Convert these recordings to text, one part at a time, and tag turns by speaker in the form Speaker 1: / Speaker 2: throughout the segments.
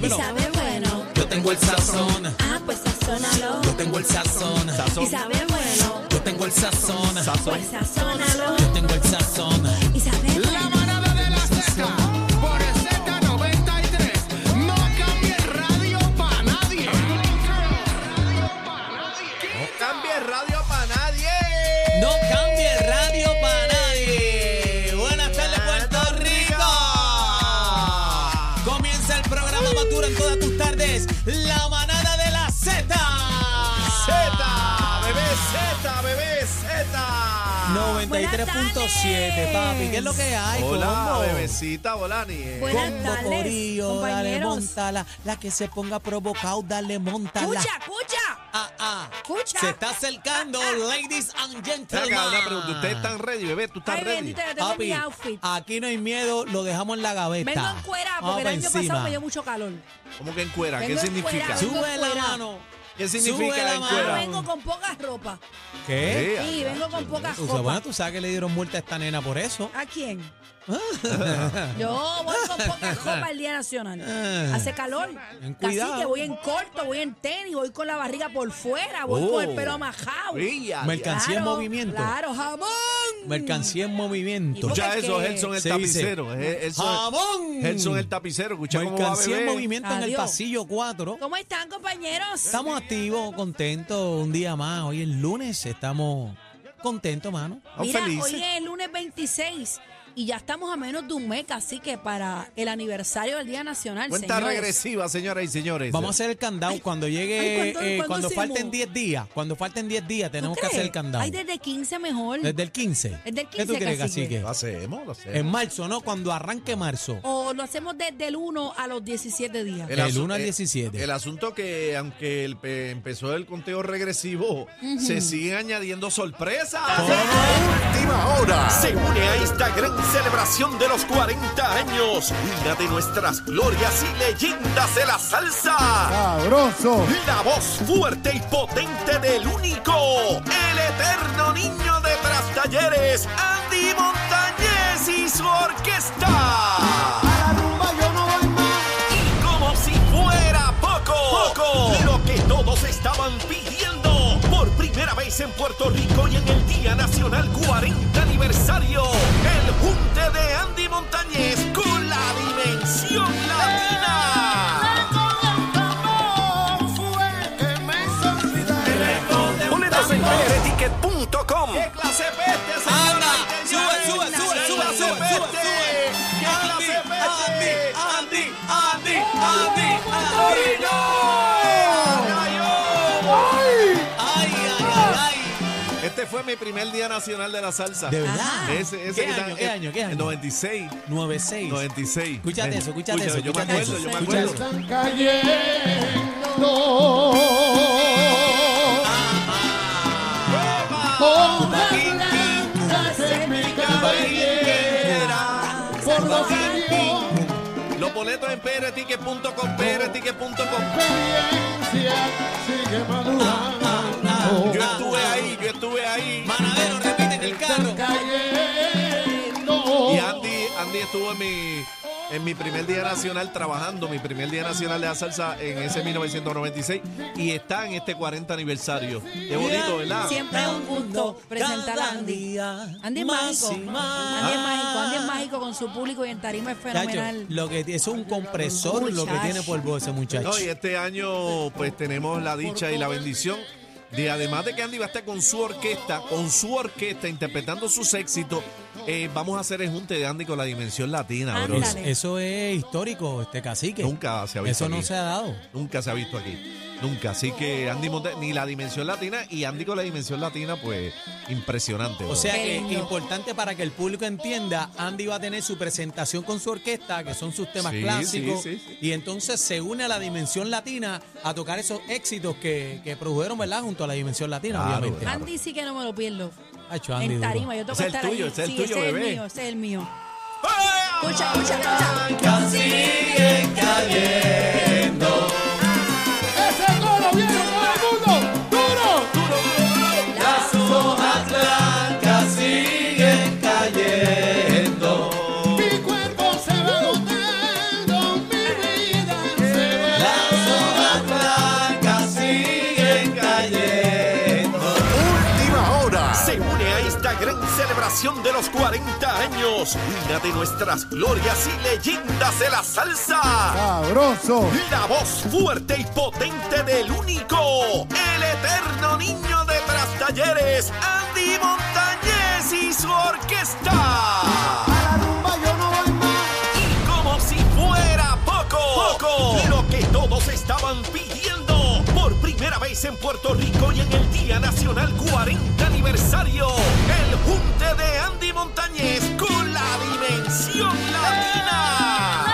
Speaker 1: Y
Speaker 2: bueno.
Speaker 1: sabe bueno.
Speaker 3: Yo tengo el sazón.
Speaker 1: Ah, pues sazónalo.
Speaker 3: Yo tengo el sazón.
Speaker 1: Y
Speaker 2: Sazón,
Speaker 1: sabe bueno.
Speaker 3: Yo tengo el sazón.
Speaker 2: sazón.
Speaker 1: Pues sazónalo.
Speaker 3: Yo tengo el sazón.
Speaker 1: Y sabe bueno.
Speaker 4: manada de la Z por Z93. No cambie el radio para nadie.
Speaker 5: No cambie el radio para nadie.
Speaker 3: No cambie el radio para nadie. Buenas tardes, Puerto
Speaker 5: Ah.
Speaker 3: Rico. Comienza el programa Matura en todas tus tardes. La manada de la Z.
Speaker 5: Z, bebé Z, bebé Z.
Speaker 3: 93.7, papi. ¿Qué es lo que hay?
Speaker 5: Hola,
Speaker 3: Colombo?
Speaker 5: bebecita, hola, Niel.
Speaker 1: Buenas
Speaker 3: Combo
Speaker 1: tardes,
Speaker 3: Corillo, dale,
Speaker 1: compañeros.
Speaker 3: montala. La que se ponga provocado, dale, montala.
Speaker 1: Escucha, escucha.
Speaker 3: Ah, ah.
Speaker 1: Escucha.
Speaker 3: Se está acercando, ladies and gentlemen.
Speaker 5: Venga, una pregunta. ¿Ustedes están ready, bebé? ¿Tú estás
Speaker 1: Ay,
Speaker 5: ready?
Speaker 1: bendito, yo tengo
Speaker 3: Papi,
Speaker 1: mi outfit.
Speaker 3: aquí no hay miedo, lo dejamos en la gaveta.
Speaker 1: Vengo en cuera
Speaker 3: Vamos
Speaker 1: porque el
Speaker 3: pa'
Speaker 1: año
Speaker 3: Ah, encima.
Speaker 1: pasado me dio mucho calor.
Speaker 5: ¿Cómo que en cuera? ¿Qué
Speaker 1: Vengo en
Speaker 5: significa?
Speaker 1: cuera.
Speaker 3: Sube la
Speaker 1: fuera.
Speaker 3: mano.
Speaker 5: ¿Qué
Speaker 3: Sube la
Speaker 5: significa en
Speaker 3: mano.
Speaker 1: Ahora
Speaker 5: cuera?
Speaker 1: vengo con poca ropa.
Speaker 3: ¿Qué?
Speaker 5: Sí,
Speaker 1: Sí, vengo con poca
Speaker 3: O sea, bueno,
Speaker 1: ropa.
Speaker 3: tú sabes que le dieron muerte a esta nena por eso.
Speaker 1: ¿A quién? Yo voy con poca ropa el Día Nacional. Hace calor.
Speaker 3: Eh. Ten
Speaker 1: Así que
Speaker 3: cuidado.
Speaker 1: voy en corto, voy en tenis, voy con la barriga por fuera, voy
Speaker 5: Oh.
Speaker 1: con el pelo amajado.
Speaker 5: Brilla,
Speaker 3: Mercado. Mercancía en
Speaker 1: Claro,
Speaker 3: movimiento.
Speaker 1: Claro, jamón.
Speaker 3: Mercancía en movimiento.
Speaker 1: Porque
Speaker 5: Escucha
Speaker 1: es
Speaker 5: eso,
Speaker 1: que-
Speaker 5: Gerson el
Speaker 3: Se dice,
Speaker 5: tapicero. Ge- Gerson,
Speaker 3: ¡Jamón!
Speaker 5: Gerson el tapicero. Escucha cómo va,
Speaker 3: Mercancía en
Speaker 5: bebé.
Speaker 3: movimiento en el
Speaker 1: Adiós.
Speaker 3: pasillo 4.
Speaker 1: ¿Cómo están, compañeros?
Speaker 3: Estamos activos, contentos, un día más. Hoy es lunes, estamos contentos, mano.
Speaker 5: Estamos
Speaker 1: Mira,
Speaker 5: felices.
Speaker 1: hoy es el lunes 26 y ya estamos a menos de un mes, así que para el aniversario del Día Nacional,
Speaker 5: Cuenta
Speaker 1: señores.
Speaker 5: regresiva, señoras y señores.
Speaker 3: Vamos a hacer el countdown cuando llegue,
Speaker 1: ay, ¿cuándo-
Speaker 3: eh,
Speaker 1: cuándo
Speaker 3: cuando
Speaker 1: hacemos?
Speaker 3: falten 10 días. Cuando falten 10 días tenemos que hacer el countdown.
Speaker 1: Hay desde 15 mejor.
Speaker 3: Desde el 15.
Speaker 1: Desde el
Speaker 3: ¿Qué tú
Speaker 1: 15,
Speaker 3: crees,
Speaker 1: cacique?
Speaker 3: cacique?
Speaker 5: Lo hacemos, lo hacemos.
Speaker 3: En marzo, ¿no? Cuando arranque marzo.
Speaker 1: O lo hacemos desde el 1 a los 17 días.
Speaker 3: El
Speaker 5: asu-
Speaker 3: 1 al
Speaker 5: eh,
Speaker 3: 17.
Speaker 5: El asunto que, aunque el, pe- empezó el conteo regresivo, se siguen añadiendo sorpresas.
Speaker 6: Última hora. Se une a esta gran celebración de los 40 años. Una de nuestras glorias y leyendas de la salsa.
Speaker 7: Sabroso.
Speaker 6: La voz fuerte y potente del único, el eterno niño de Tras Talleres, Andy Montañez y su orquesta.
Speaker 7: A la rumba yo no voy más.
Speaker 6: Y como si fuera poco, poco, lo que todos estaban pidiendo. Por primera vez en Puerto Rico y en el Día Nacional 40 aniversario, el junte de Andy Montañez con la dimensión latina.
Speaker 7: ¿Cómo fue que me olvidaste?
Speaker 6: Boletos en ticket.com.
Speaker 5: ¡Qué clase peste,
Speaker 3: Habla,
Speaker 5: señora! y
Speaker 3: sube, sube,
Speaker 5: señores!
Speaker 3: sube,
Speaker 5: ¡Qué
Speaker 3: sube,
Speaker 5: clase
Speaker 3: sube,
Speaker 5: peste!
Speaker 3: sube, sube.
Speaker 5: ¡Qué
Speaker 3: Andy,
Speaker 5: clase peste!
Speaker 3: Andy, Andy, Andy, Andy. Ay, ay, ay,
Speaker 5: Este fue mi primer día nacional de la salsa.
Speaker 3: ay. De verdad.
Speaker 5: Ese, ese
Speaker 3: ¿Qué,
Speaker 5: que está-
Speaker 3: año, ¿Qué año? ¿Qué
Speaker 5: el
Speaker 3: año?
Speaker 5: 96.
Speaker 3: 96.
Speaker 5: 96.
Speaker 3: Escúchate
Speaker 5: Ven,
Speaker 3: eso, escúchate eso,
Speaker 5: Yo me
Speaker 3: escúchate
Speaker 5: acuerdo,
Speaker 3: eso,
Speaker 5: yo me
Speaker 3: escucha
Speaker 5: acuerdo.
Speaker 3: eso.
Speaker 7: Están cayendo. Con las lanzas en mi cabellera. Por los años
Speaker 5: Los boletos en prticket.com, E prticket.com.
Speaker 7: experiencia sigue
Speaker 3: Ah,
Speaker 7: madurando.
Speaker 5: Yo estuve ahí, yo estuve ahí.
Speaker 3: Manadero, repite en ah. el carro.
Speaker 7: Cayendo.
Speaker 5: Y Andy, Andy estuvo en mi, en mi primer día nacional trabajando, mi primer día nacional de la salsa en ese 1996 y está en este 40 aniversario. Qué bonito, ¿verdad?
Speaker 1: Siempre es un gusto presentar a
Speaker 3: Cada
Speaker 1: Andy.
Speaker 3: día
Speaker 1: Andy es
Speaker 3: más
Speaker 1: mágico.
Speaker 3: y más.
Speaker 1: Andy es mágico. Andy es mágico con su público y en tarima es
Speaker 3: Chacho,
Speaker 1: fenomenal.
Speaker 3: lo que es un compresor lo que
Speaker 1: Muchacho.
Speaker 3: tiene polvo ese muchacho.
Speaker 5: No, y este año pues tenemos la dicha y la bendición de además de que Andy va a estar con su orquesta, con su orquesta interpretando sus éxitos, eh, vamos a hacer el junte de Andy con la dimensión latina, bro.
Speaker 3: Es-
Speaker 1: Ándale.
Speaker 3: eso es histórico, este cacique.
Speaker 5: Nunca se ha visto
Speaker 3: Eso no
Speaker 5: aquí.
Speaker 3: se ha dado.
Speaker 5: Nunca se ha visto aquí. Nunca. Así que Andy Monte, ni la dimensión latina y Andy con la dimensión latina, pues impresionante.
Speaker 3: O
Speaker 5: bro.
Speaker 3: sea
Speaker 1: Qué
Speaker 3: que
Speaker 1: lindo.
Speaker 3: importante para que el público entienda, Andy va a tener su presentación con su orquesta, que son sus temas
Speaker 5: Sí,
Speaker 3: clásicos,
Speaker 5: sí, sí,
Speaker 3: y entonces se une a la dimensión latina a tocar esos éxitos que, que produjeron, ¿verdad? Junto a la dimensión latina,
Speaker 5: Claro,
Speaker 3: obviamente.
Speaker 5: claro.
Speaker 1: Andy sí que no me lo pierdo.
Speaker 3: Hacho, Andy,
Speaker 1: en
Speaker 3: duro.
Speaker 1: tarima, yo tengo que
Speaker 5: Ese es el
Speaker 1: estar
Speaker 5: tuyo,
Speaker 1: ahí.
Speaker 5: ese es el
Speaker 1: Sí,
Speaker 5: tuyo,
Speaker 1: ese
Speaker 5: bebé.
Speaker 1: es el mío, ese es el mío. Escucha, escucha, escucha.
Speaker 7: Ese coro viene todo el mundo. Duro. Mi cuerpo se va agotando, mi vida se va
Speaker 6: celebración de los 40 años, una de nuestras glorias y leyendas de la salsa.
Speaker 7: Sabroso.
Speaker 6: La voz fuerte y potente del único, el eterno niño de Tras Talleres, Andy Montañez y su orquesta. Y como si fuera poco, lo que todos estaban pidiendo. Por primera vez en Puerto Rico y en el Día Nacional 40 aniversario, el junte de Andy Montañez con la dimensión latina.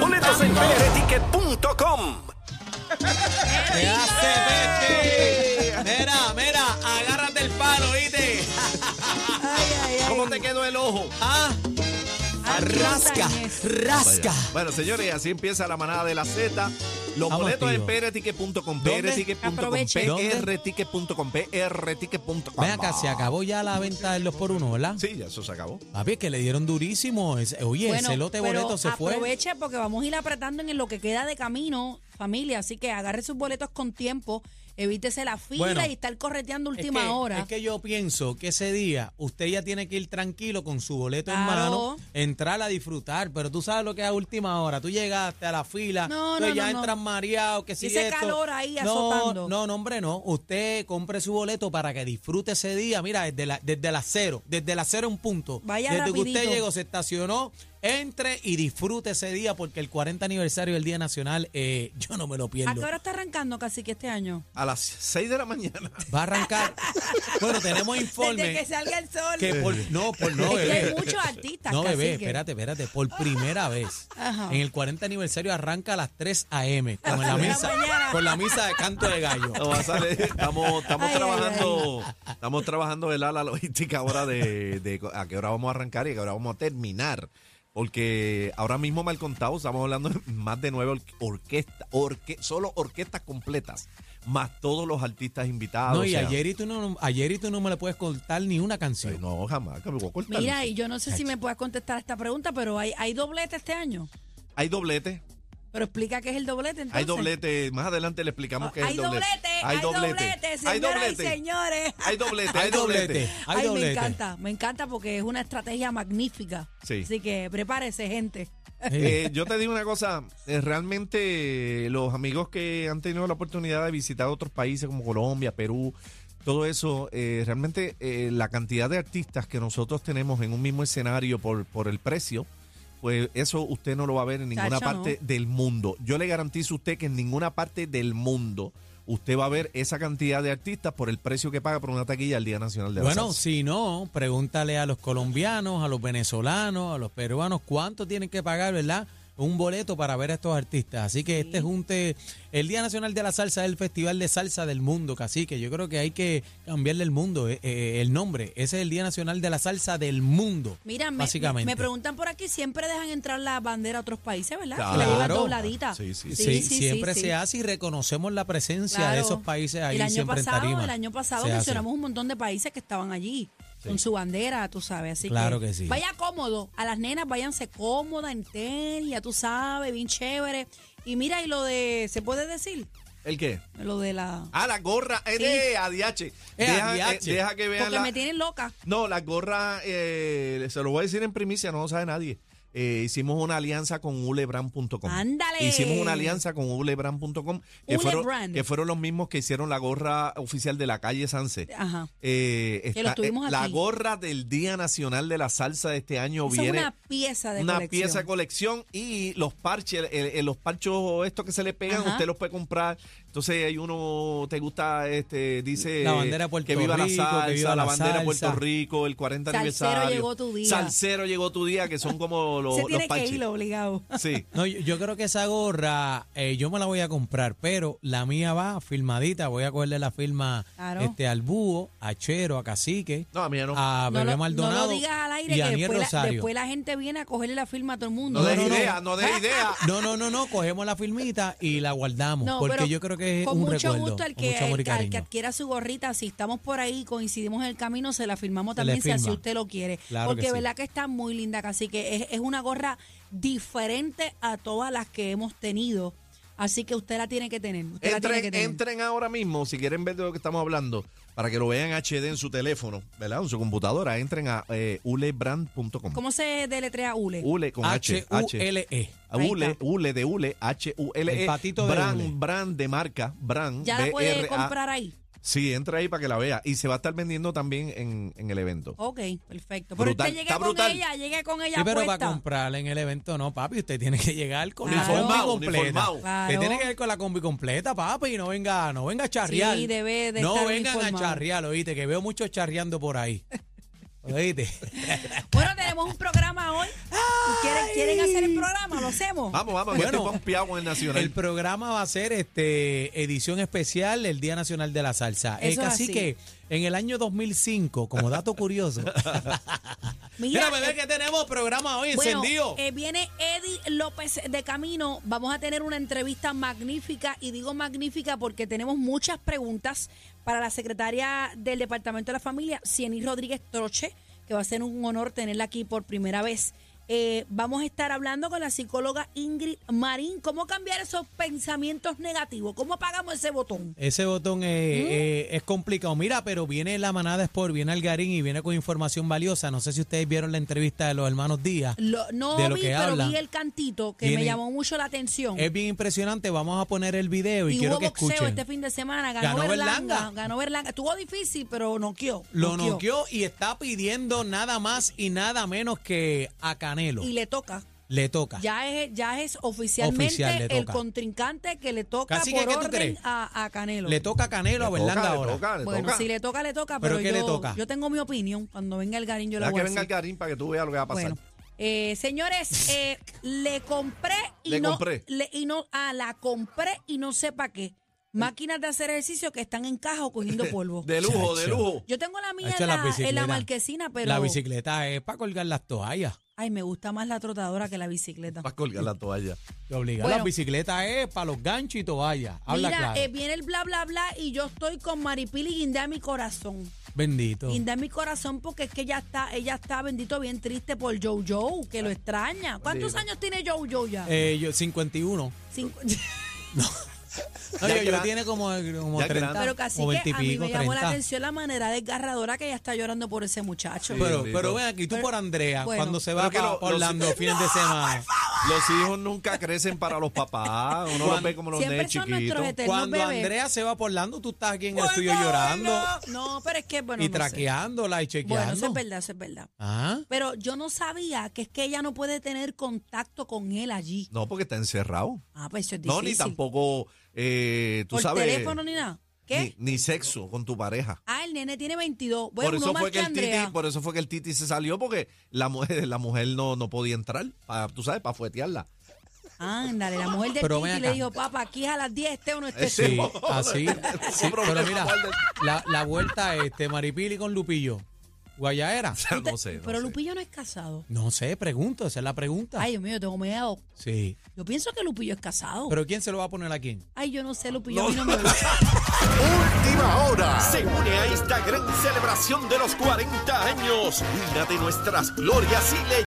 Speaker 6: Boletos en PRTicket.com.
Speaker 3: ¿Qué hace, Pepe? Mira, mira, agárrate el palo, ¿viste?
Speaker 1: Ay, ay, ay.
Speaker 5: ¿Cómo te quedó el ojo?
Speaker 3: Ah,
Speaker 1: Andy
Speaker 3: rasca,
Speaker 1: Montañez.
Speaker 3: rasca.
Speaker 5: Vaya. Bueno, señores, así empieza la manada de la Z. Los
Speaker 3: Vamos,
Speaker 5: boletos
Speaker 3: tío.
Speaker 5: en prticket.com,
Speaker 3: ¿Dónde?
Speaker 5: prticket.com,
Speaker 1: Aproveche.
Speaker 3: ¿Dónde?
Speaker 5: prticket.com, prticket.com.
Speaker 3: Ven acá, se acabó ya la venta del 2 por 1 ¿verdad?
Speaker 5: Sí, ya eso se acabó.
Speaker 3: Papi, es que le dieron durísimo. Es- Oye,
Speaker 1: Bueno,
Speaker 3: ese lote de
Speaker 1: pero
Speaker 3: boletos se fue.
Speaker 1: Aproveche porque vamos a ir apretando en lo que queda de camino, familia. Así que agarre sus boletos con tiempo, evítese la fila
Speaker 3: Bueno,
Speaker 1: y estar correteando
Speaker 3: Es
Speaker 1: última
Speaker 3: que-
Speaker 1: hora.
Speaker 3: Es que yo pienso que ese día usted ya tiene que ir tranquilo con su boleto en
Speaker 1: Claro.
Speaker 3: mano, entrar a disfrutar, pero tú sabes lo que es a última hora. Tú llegaste a la fila,
Speaker 1: No,
Speaker 3: entonces
Speaker 1: no,
Speaker 3: ya
Speaker 1: no, no.
Speaker 3: entras mareado, que si
Speaker 1: Ese
Speaker 3: esto.
Speaker 1: calor ahí
Speaker 3: no,
Speaker 1: azotando.
Speaker 3: No, no, hombre, no. Usted compre su boleto para que disfrute ese día. Mira, desde la, desde las cero, desde las cero un punto.
Speaker 1: Vaya
Speaker 3: desde que usted
Speaker 1: rapidito.
Speaker 3: llegó, se estacionó, entre y disfrute ese día porque el 40 aniversario del Día Nacional, eh, yo no me lo pierdo.
Speaker 1: ¿A qué hora está arrancando casi que este año?
Speaker 5: A las 6 de la mañana.
Speaker 3: Va a arrancar. bueno, tenemos informe.
Speaker 1: Desde que salga el sol.
Speaker 3: que por- no, por
Speaker 1: Es
Speaker 3: no,
Speaker 1: que hay
Speaker 3: bebé.
Speaker 1: muchos artistas,
Speaker 3: No, bebé,
Speaker 1: cacique.
Speaker 3: espérate, espérate. Por primera vez
Speaker 1: Ajá.
Speaker 3: en el 40 aniversario arranca a las 3 a.m. con
Speaker 1: De la
Speaker 3: la misa,
Speaker 1: mañana.
Speaker 3: con la misa de canto de gallo.
Speaker 5: No, va a salir. Estamos, estamos
Speaker 1: Ay, ay,
Speaker 5: trabajando, estamos trabajando ¿verdad? la logística ahora de, de co- a qué hora vamos a arrancar y a qué hora vamos a terminar. Porque ahora mismo mal contado, estamos hablando de más de nueve orque- orquestas, orque- solo orquestas completas, más todos los artistas invitados.
Speaker 3: No,
Speaker 5: Ah, o
Speaker 3: y
Speaker 5: sea,
Speaker 3: ayer y tú no, ayer y tú no me le puedes contar ni una
Speaker 5: eh,
Speaker 3: canción.
Speaker 5: No, jamás, que me voy a cortar.
Speaker 1: Mira, y yo no sé si me puedes contestar esta pregunta, pero ¿hay, hay doblete este año?
Speaker 5: Hay doblete,
Speaker 1: Pero explica qué es el doblete entonces.
Speaker 5: hay doblete. Más adelante le explicamos qué es
Speaker 1: Hay
Speaker 5: el doblete.
Speaker 1: doblete, hay doblete,
Speaker 5: hay
Speaker 1: señoras y
Speaker 5: doblete,
Speaker 1: señores.
Speaker 5: hay doblete,
Speaker 3: Hay doblete, hay
Speaker 1: Ay,
Speaker 3: doblete.
Speaker 1: me encanta, me encanta porque es una estrategia magnífica.
Speaker 5: Sí.
Speaker 1: Así que prepárese, gente.
Speaker 3: Eh,
Speaker 5: Eh, yo te digo una cosa, eh, realmente eh, los amigos que han tenido la oportunidad de visitar otros países como Colombia, Perú, todo eso, eh, realmente eh, la cantidad de artistas que nosotros tenemos en un mismo escenario por, por el precio, pues eso usted no lo va a ver en ninguna
Speaker 1: Chacho, no.
Speaker 5: parte del mundo. Yo le garantizo a usted que en ninguna parte del mundo usted va a ver esa cantidad de artistas por el precio que paga por una taquilla al Día Nacional de la
Speaker 3: bueno,
Speaker 5: Salsa.
Speaker 3: si no, pregúntale a los colombianos, a los venezolanos, a los peruanos, cuánto tienen que pagar, ¿verdad? Un boleto para ver a estos artistas. Así que este junte, el Día Nacional de la Salsa es el Festival de Salsa del Mundo, casi que yo creo que hay que cambiarle el mundo, eh, eh, el nombre. Ese es el Día Nacional de la Salsa del Mundo.
Speaker 1: Mira, me,
Speaker 3: básicamente.
Speaker 1: me preguntan por aquí, siempre dejan entrar la bandera a otros países, ¿verdad?
Speaker 5: Claro.
Speaker 1: Que La llevan dobladita.
Speaker 5: Sí, sí,
Speaker 3: Sí, siempre se hace y reconocemos la presencia de
Speaker 1: Claro.
Speaker 3: esos países ahí
Speaker 1: El año
Speaker 3: siempre en
Speaker 1: pasado,
Speaker 3: tarima.
Speaker 1: el año pasado
Speaker 3: Se hace.
Speaker 1: mencionamos un montón de países que estaban allí con su bandera, tú sabes. Así
Speaker 3: Claro que sí.
Speaker 1: Vaya cómodo, a las nenas váyanse cómoda en tenis, ya tú sabes, bien chévere. Y mira, y lo de, ¿se puede decir?
Speaker 5: ¿El qué?
Speaker 1: Lo de la...
Speaker 5: Ah, la gorra, es
Speaker 1: Sí.
Speaker 5: de ADH.
Speaker 3: Es
Speaker 5: Deja,
Speaker 3: ADH.
Speaker 5: eh, deja que vean
Speaker 1: Porque
Speaker 5: la-
Speaker 1: me tienen loca.
Speaker 5: No, la gorra, eh, se lo voy a decir en primicia, no lo sabe nadie. Eh, hicimos una alianza con ulebrand.com.
Speaker 1: Ándale.
Speaker 5: Hicimos una alianza con ulebrand.com, que, fueron,
Speaker 1: Ulebrand.
Speaker 5: que fueron los mismos que hicieron la gorra oficial de la calle Sanse.
Speaker 1: Ajá.
Speaker 5: Eh,
Speaker 1: Que lo tuvimos
Speaker 5: la
Speaker 1: aquí.
Speaker 5: gorra del Día Nacional de la Salsa de este año
Speaker 1: Esa
Speaker 5: viene
Speaker 1: es una pieza de
Speaker 5: una
Speaker 1: colección.
Speaker 5: pieza de colección y los parches, el- el- los parchos estos que se le pegan,
Speaker 1: Ajá.
Speaker 5: usted los puede comprar. Entonces hay uno, te gusta, este, dice
Speaker 3: La bandera de Puerto
Speaker 5: que viva
Speaker 3: Rico,
Speaker 5: la
Speaker 3: que
Speaker 5: salsa,
Speaker 3: viva
Speaker 5: la
Speaker 3: la
Speaker 5: bandera de Puerto
Speaker 3: salsa.
Speaker 5: Rico, el 40
Speaker 1: Salsero
Speaker 5: aniversario.
Speaker 1: llegó tu día.
Speaker 5: Salsero llegó tu día, que son como los,
Speaker 1: se
Speaker 5: los
Speaker 1: tiene que
Speaker 5: parches.
Speaker 1: ir obligado.
Speaker 5: Sí.
Speaker 3: No, yo, yo creo que esa gorra eh, yo me la voy a comprar, pero la mía va firmadita. Voy a cogerle la firma
Speaker 1: Claro.
Speaker 3: este, al Búho, a Chero, a Cacique,
Speaker 5: No, a mí no.
Speaker 3: a
Speaker 1: no,
Speaker 3: Bebé
Speaker 1: lo, no
Speaker 3: Maldonado
Speaker 1: lo digas al aire
Speaker 3: y
Speaker 1: que
Speaker 3: a Aniel
Speaker 1: después la,
Speaker 3: Rosario.
Speaker 1: después la gente viene a cogerle la firma a todo el mundo.
Speaker 5: no des
Speaker 3: no, no.
Speaker 5: idea, no, des idea.
Speaker 3: No, no, no, no, cogemos la firmita y la guardamos,
Speaker 1: No,
Speaker 3: Pues, porque
Speaker 1: pero
Speaker 3: yo creo que es
Speaker 1: con
Speaker 3: un
Speaker 1: mucho
Speaker 3: recuerdo,
Speaker 1: gusto al
Speaker 3: con
Speaker 1: que,
Speaker 3: mucho amor y
Speaker 1: al que- al que
Speaker 3: cariño.
Speaker 1: adquiera su gorrita, si estamos por ahí, coincidimos en el camino, se la firmamos
Speaker 3: Se le
Speaker 1: también si así
Speaker 3: firma.
Speaker 1: usted lo quiere.
Speaker 3: Claro
Speaker 1: porque
Speaker 3: que sí.
Speaker 1: verdad que está muy linda, así que es, es una gorra diferente a todas las que hemos tenido. Así que usted la tiene que tener. Usted la tiene que
Speaker 5: Entren,
Speaker 1: tener.
Speaker 5: entren ahora mismo, si quieren ver de lo que estamos hablando, para que lo vean HD en su teléfono, ¿verdad? En su computadora, entren a eh, ulebrand.com.
Speaker 1: ¿Cómo se deletrea ULE?
Speaker 5: Ule con H. H.
Speaker 3: H-U-L-E.
Speaker 1: Ahí
Speaker 5: Ule,
Speaker 1: está.
Speaker 5: Ule de Ule, H-U-L-E.
Speaker 3: El patito de
Speaker 5: E. brand,
Speaker 3: Ule.
Speaker 5: brand de marca, Brand.
Speaker 1: ya la puede
Speaker 5: B-R-A.
Speaker 1: comprar ahí.
Speaker 5: Sí, entra ahí para que la vea. Y se va a estar vendiendo también en, en el evento.
Speaker 1: Ok, perfecto. Pero
Speaker 5: Brutal,
Speaker 1: usted llegue
Speaker 5: está
Speaker 1: con
Speaker 5: brutal.
Speaker 1: ella, llegue con ella
Speaker 3: Sí, pero para
Speaker 1: puesta.
Speaker 3: comprarla en el evento, no, papi. Usted tiene que llegar con la
Speaker 1: Uniformado,
Speaker 3: combi completa.
Speaker 5: uniformado.
Speaker 3: Usted
Speaker 1: Claro.
Speaker 3: tiene que ir con la combi completa, papi. No venga, no venga a charrear.
Speaker 1: Sí, debe de
Speaker 3: no
Speaker 1: estar
Speaker 3: vengan a
Speaker 1: uniformado.
Speaker 3: charrear, oíste, que veo muchos charreando por ahí. Oíste.
Speaker 1: Bueno, tenemos un programa hoy. ¿Quieren, quieren hacer el programa? ¿Lo hacemos?
Speaker 5: Vamos, vamos, yo
Speaker 3: Bueno,
Speaker 5: estoy pompeado con el Nacional.
Speaker 3: El programa va a ser este edición especial el Día Nacional de la Salsa. Eh,
Speaker 1: Eso es
Speaker 3: así
Speaker 1: así.
Speaker 3: que en el año 2005, como dato curioso,
Speaker 1: Mira,
Speaker 3: mira, bebé,
Speaker 1: eh,
Speaker 3: que tenemos programa hoy
Speaker 1: bueno,
Speaker 3: encendido.
Speaker 1: eh, viene Eddie López de camino. Vamos a tener una entrevista magnífica y digo magnífica porque tenemos muchas preguntas para la secretaria del Departamento de la Familia, Cieny Rodríguez Troche, que va a ser un honor tenerla aquí por primera vez. Eh, vamos a estar hablando con la psicóloga Ingrid Marín. ¿Cómo cambiar esos pensamientos negativos? ¿Cómo apagamos ese botón?
Speaker 3: Ese botón eh,
Speaker 1: Mm.
Speaker 3: eh, es complicado. Mira, pero viene la manada Sport, viene Algarín y viene con información valiosa. No sé si ustedes vieron la entrevista de los hermanos Díaz.
Speaker 1: Lo- no
Speaker 3: De lo
Speaker 1: vi,
Speaker 3: que
Speaker 1: pero
Speaker 3: hablan.
Speaker 1: vi el cantito que me
Speaker 3: Tienen-
Speaker 1: llamó mucho la atención.
Speaker 3: Es bien impresionante. Vamos a poner el video y,
Speaker 1: y
Speaker 3: quiero
Speaker 1: hubo
Speaker 3: que
Speaker 1: boxeo
Speaker 3: escuchen.
Speaker 1: este fin de semana. Ganó,
Speaker 3: Ganó
Speaker 1: Berlanga,
Speaker 3: Berlanga.
Speaker 1: Ganó Berlanga. Estuvo difícil, pero noqueó.
Speaker 3: Lo noqueó y está pidiendo nada más y nada menos que a Canelo.
Speaker 1: Y le toca.
Speaker 3: Le toca.
Speaker 1: Ya es, ya es oficialmente
Speaker 3: Oficial, le
Speaker 1: el
Speaker 3: toca.
Speaker 1: contrincante que le toca
Speaker 3: Cacique,
Speaker 1: por
Speaker 3: ¿qué tú
Speaker 1: orden
Speaker 3: crees?
Speaker 1: a, a Canelo.
Speaker 3: Le toca a Canelo a
Speaker 5: Le toca,
Speaker 3: Berlanga
Speaker 5: le
Speaker 3: ahora.
Speaker 5: toca, le
Speaker 1: bueno,
Speaker 5: toca.
Speaker 1: si le toca, le toca,
Speaker 3: ¿Pero
Speaker 1: pero,
Speaker 3: qué le
Speaker 1: yo,
Speaker 3: toca?
Speaker 1: yo tengo mi opinión. Cuando venga el garín, yo la
Speaker 5: Deja
Speaker 1: voy
Speaker 5: que
Speaker 1: a
Speaker 5: venga el
Speaker 1: decir.
Speaker 5: Garín para que tú veas lo que va a pasar.
Speaker 1: Bueno, eh, señores, eh, le compré y
Speaker 5: Le
Speaker 1: no
Speaker 5: compré.
Speaker 1: le- y no ah, la compré y no sé para qué. Máquinas de hacer ejercicio que están en caja o cogiendo polvo.
Speaker 5: De lujo, de
Speaker 3: Chacho.
Speaker 5: lujo.
Speaker 1: Yo tengo la mía
Speaker 3: Hacho,
Speaker 1: en
Speaker 3: la
Speaker 1: la, en la
Speaker 3: bicicleta.
Speaker 1: marquesina, pero
Speaker 3: La bicicleta es para colgar las toallas.
Speaker 1: ay, me gusta más la trotadora que la bicicleta.
Speaker 5: Para colgar la toalla.
Speaker 3: Te obliga.
Speaker 1: Bueno.
Speaker 3: La bicicleta es para los ganchos y toallas. Habla
Speaker 1: Mira,
Speaker 3: claro.
Speaker 1: eh, viene el bla bla bla y yo estoy con Maripili guinda mi corazón.
Speaker 3: Bendito.
Speaker 1: Guinda mi corazón porque es que ella está, ella está bendito bien triste por Jojo, que lo extraña. ¿Cuántos años tiene Jojo ya?
Speaker 3: Eh, yo, 51.
Speaker 1: Cinco-
Speaker 3: No,
Speaker 5: Ya
Speaker 3: yo, yo
Speaker 5: gran-
Speaker 3: tiene como, como 30.
Speaker 5: ya grande.
Speaker 1: Pero casi
Speaker 3: como
Speaker 1: que
Speaker 3: 20 y
Speaker 1: a mí
Speaker 3: pico,
Speaker 1: me llamó la
Speaker 3: 30.
Speaker 1: atención la manera desgarradora que ella está llorando por ese muchacho.
Speaker 5: Sí.
Speaker 3: Pero,
Speaker 5: Bendito.
Speaker 3: pero ven aquí, tú
Speaker 1: Pero-
Speaker 3: por Andrea,
Speaker 1: bueno.
Speaker 3: cuando se
Speaker 5: Pero
Speaker 3: va
Speaker 5: que lo-
Speaker 3: para
Speaker 5: lo-
Speaker 3: Orlando fines de semana.
Speaker 5: Los hijos nunca crecen para los papás. Uno los ve como los
Speaker 1: Siempre
Speaker 5: nenes
Speaker 1: son nuestros
Speaker 5: chiquitos.
Speaker 1: eternos
Speaker 3: Cuando
Speaker 1: bebés.
Speaker 3: Andrea se va por Orlando, tú estás aquí en el
Speaker 1: Bueno,
Speaker 3: estudio llorando
Speaker 1: No, pero es que bueno,
Speaker 3: y
Speaker 1: no sé.
Speaker 3: traqueándola y
Speaker 1: Bueno,
Speaker 3: chequeando.
Speaker 1: eso es verdad, eso es verdad.
Speaker 3: ah,
Speaker 1: Pero yo no sabía que es que ella no puede tener contacto con él allí.
Speaker 5: No, porque está encerrado.
Speaker 1: Ah, pues eso es
Speaker 5: No,
Speaker 1: difícil.
Speaker 5: ni tampoco, eh, tú
Speaker 1: Por
Speaker 5: sabes.
Speaker 1: teléfono ni nada. ¿Qué?
Speaker 5: Ni, ni sexo con tu pareja.
Speaker 1: Ah, el nene tiene 22. Bueno,
Speaker 5: por,
Speaker 1: uno
Speaker 5: eso
Speaker 1: más
Speaker 5: fue que
Speaker 1: que
Speaker 5: el titi,
Speaker 1: Andrea.
Speaker 5: por eso fue que el Titi se salió porque la mujer, la mujer no, no podía entrar, pa- tú sabes, para fuetearla.
Speaker 1: Ándale, la mujer del
Speaker 3: Pero
Speaker 1: Titi
Speaker 3: ven
Speaker 1: le
Speaker 3: acá.
Speaker 1: dijo, papá, aquí es a las 10, este o no esté.
Speaker 5: Ese-
Speaker 3: sí,
Speaker 5: no,
Speaker 3: así.
Speaker 5: no, no,
Speaker 3: sí, pero
Speaker 5: no, problema,
Speaker 3: mira,
Speaker 5: guarda.
Speaker 3: la, la vuelta este, Maripili con Lupillo. Guayaera.
Speaker 5: O sea, no sé. no
Speaker 1: pero
Speaker 5: sé.
Speaker 1: Lupillo no es casado.
Speaker 3: No sé, pregunto, esa es la pregunta.
Speaker 1: Ay, Dios mío, tengo miedo.
Speaker 3: Sí.
Speaker 1: Yo pienso que Lupillo es casado.
Speaker 3: Pero ¿quién se lo va a poner a quién?
Speaker 1: Ay, yo no sé, Lupillo a mí no me gusta.
Speaker 6: Última hora. Ah. Se une a esta gran celebración de los 40 años, una de nuestras glorias y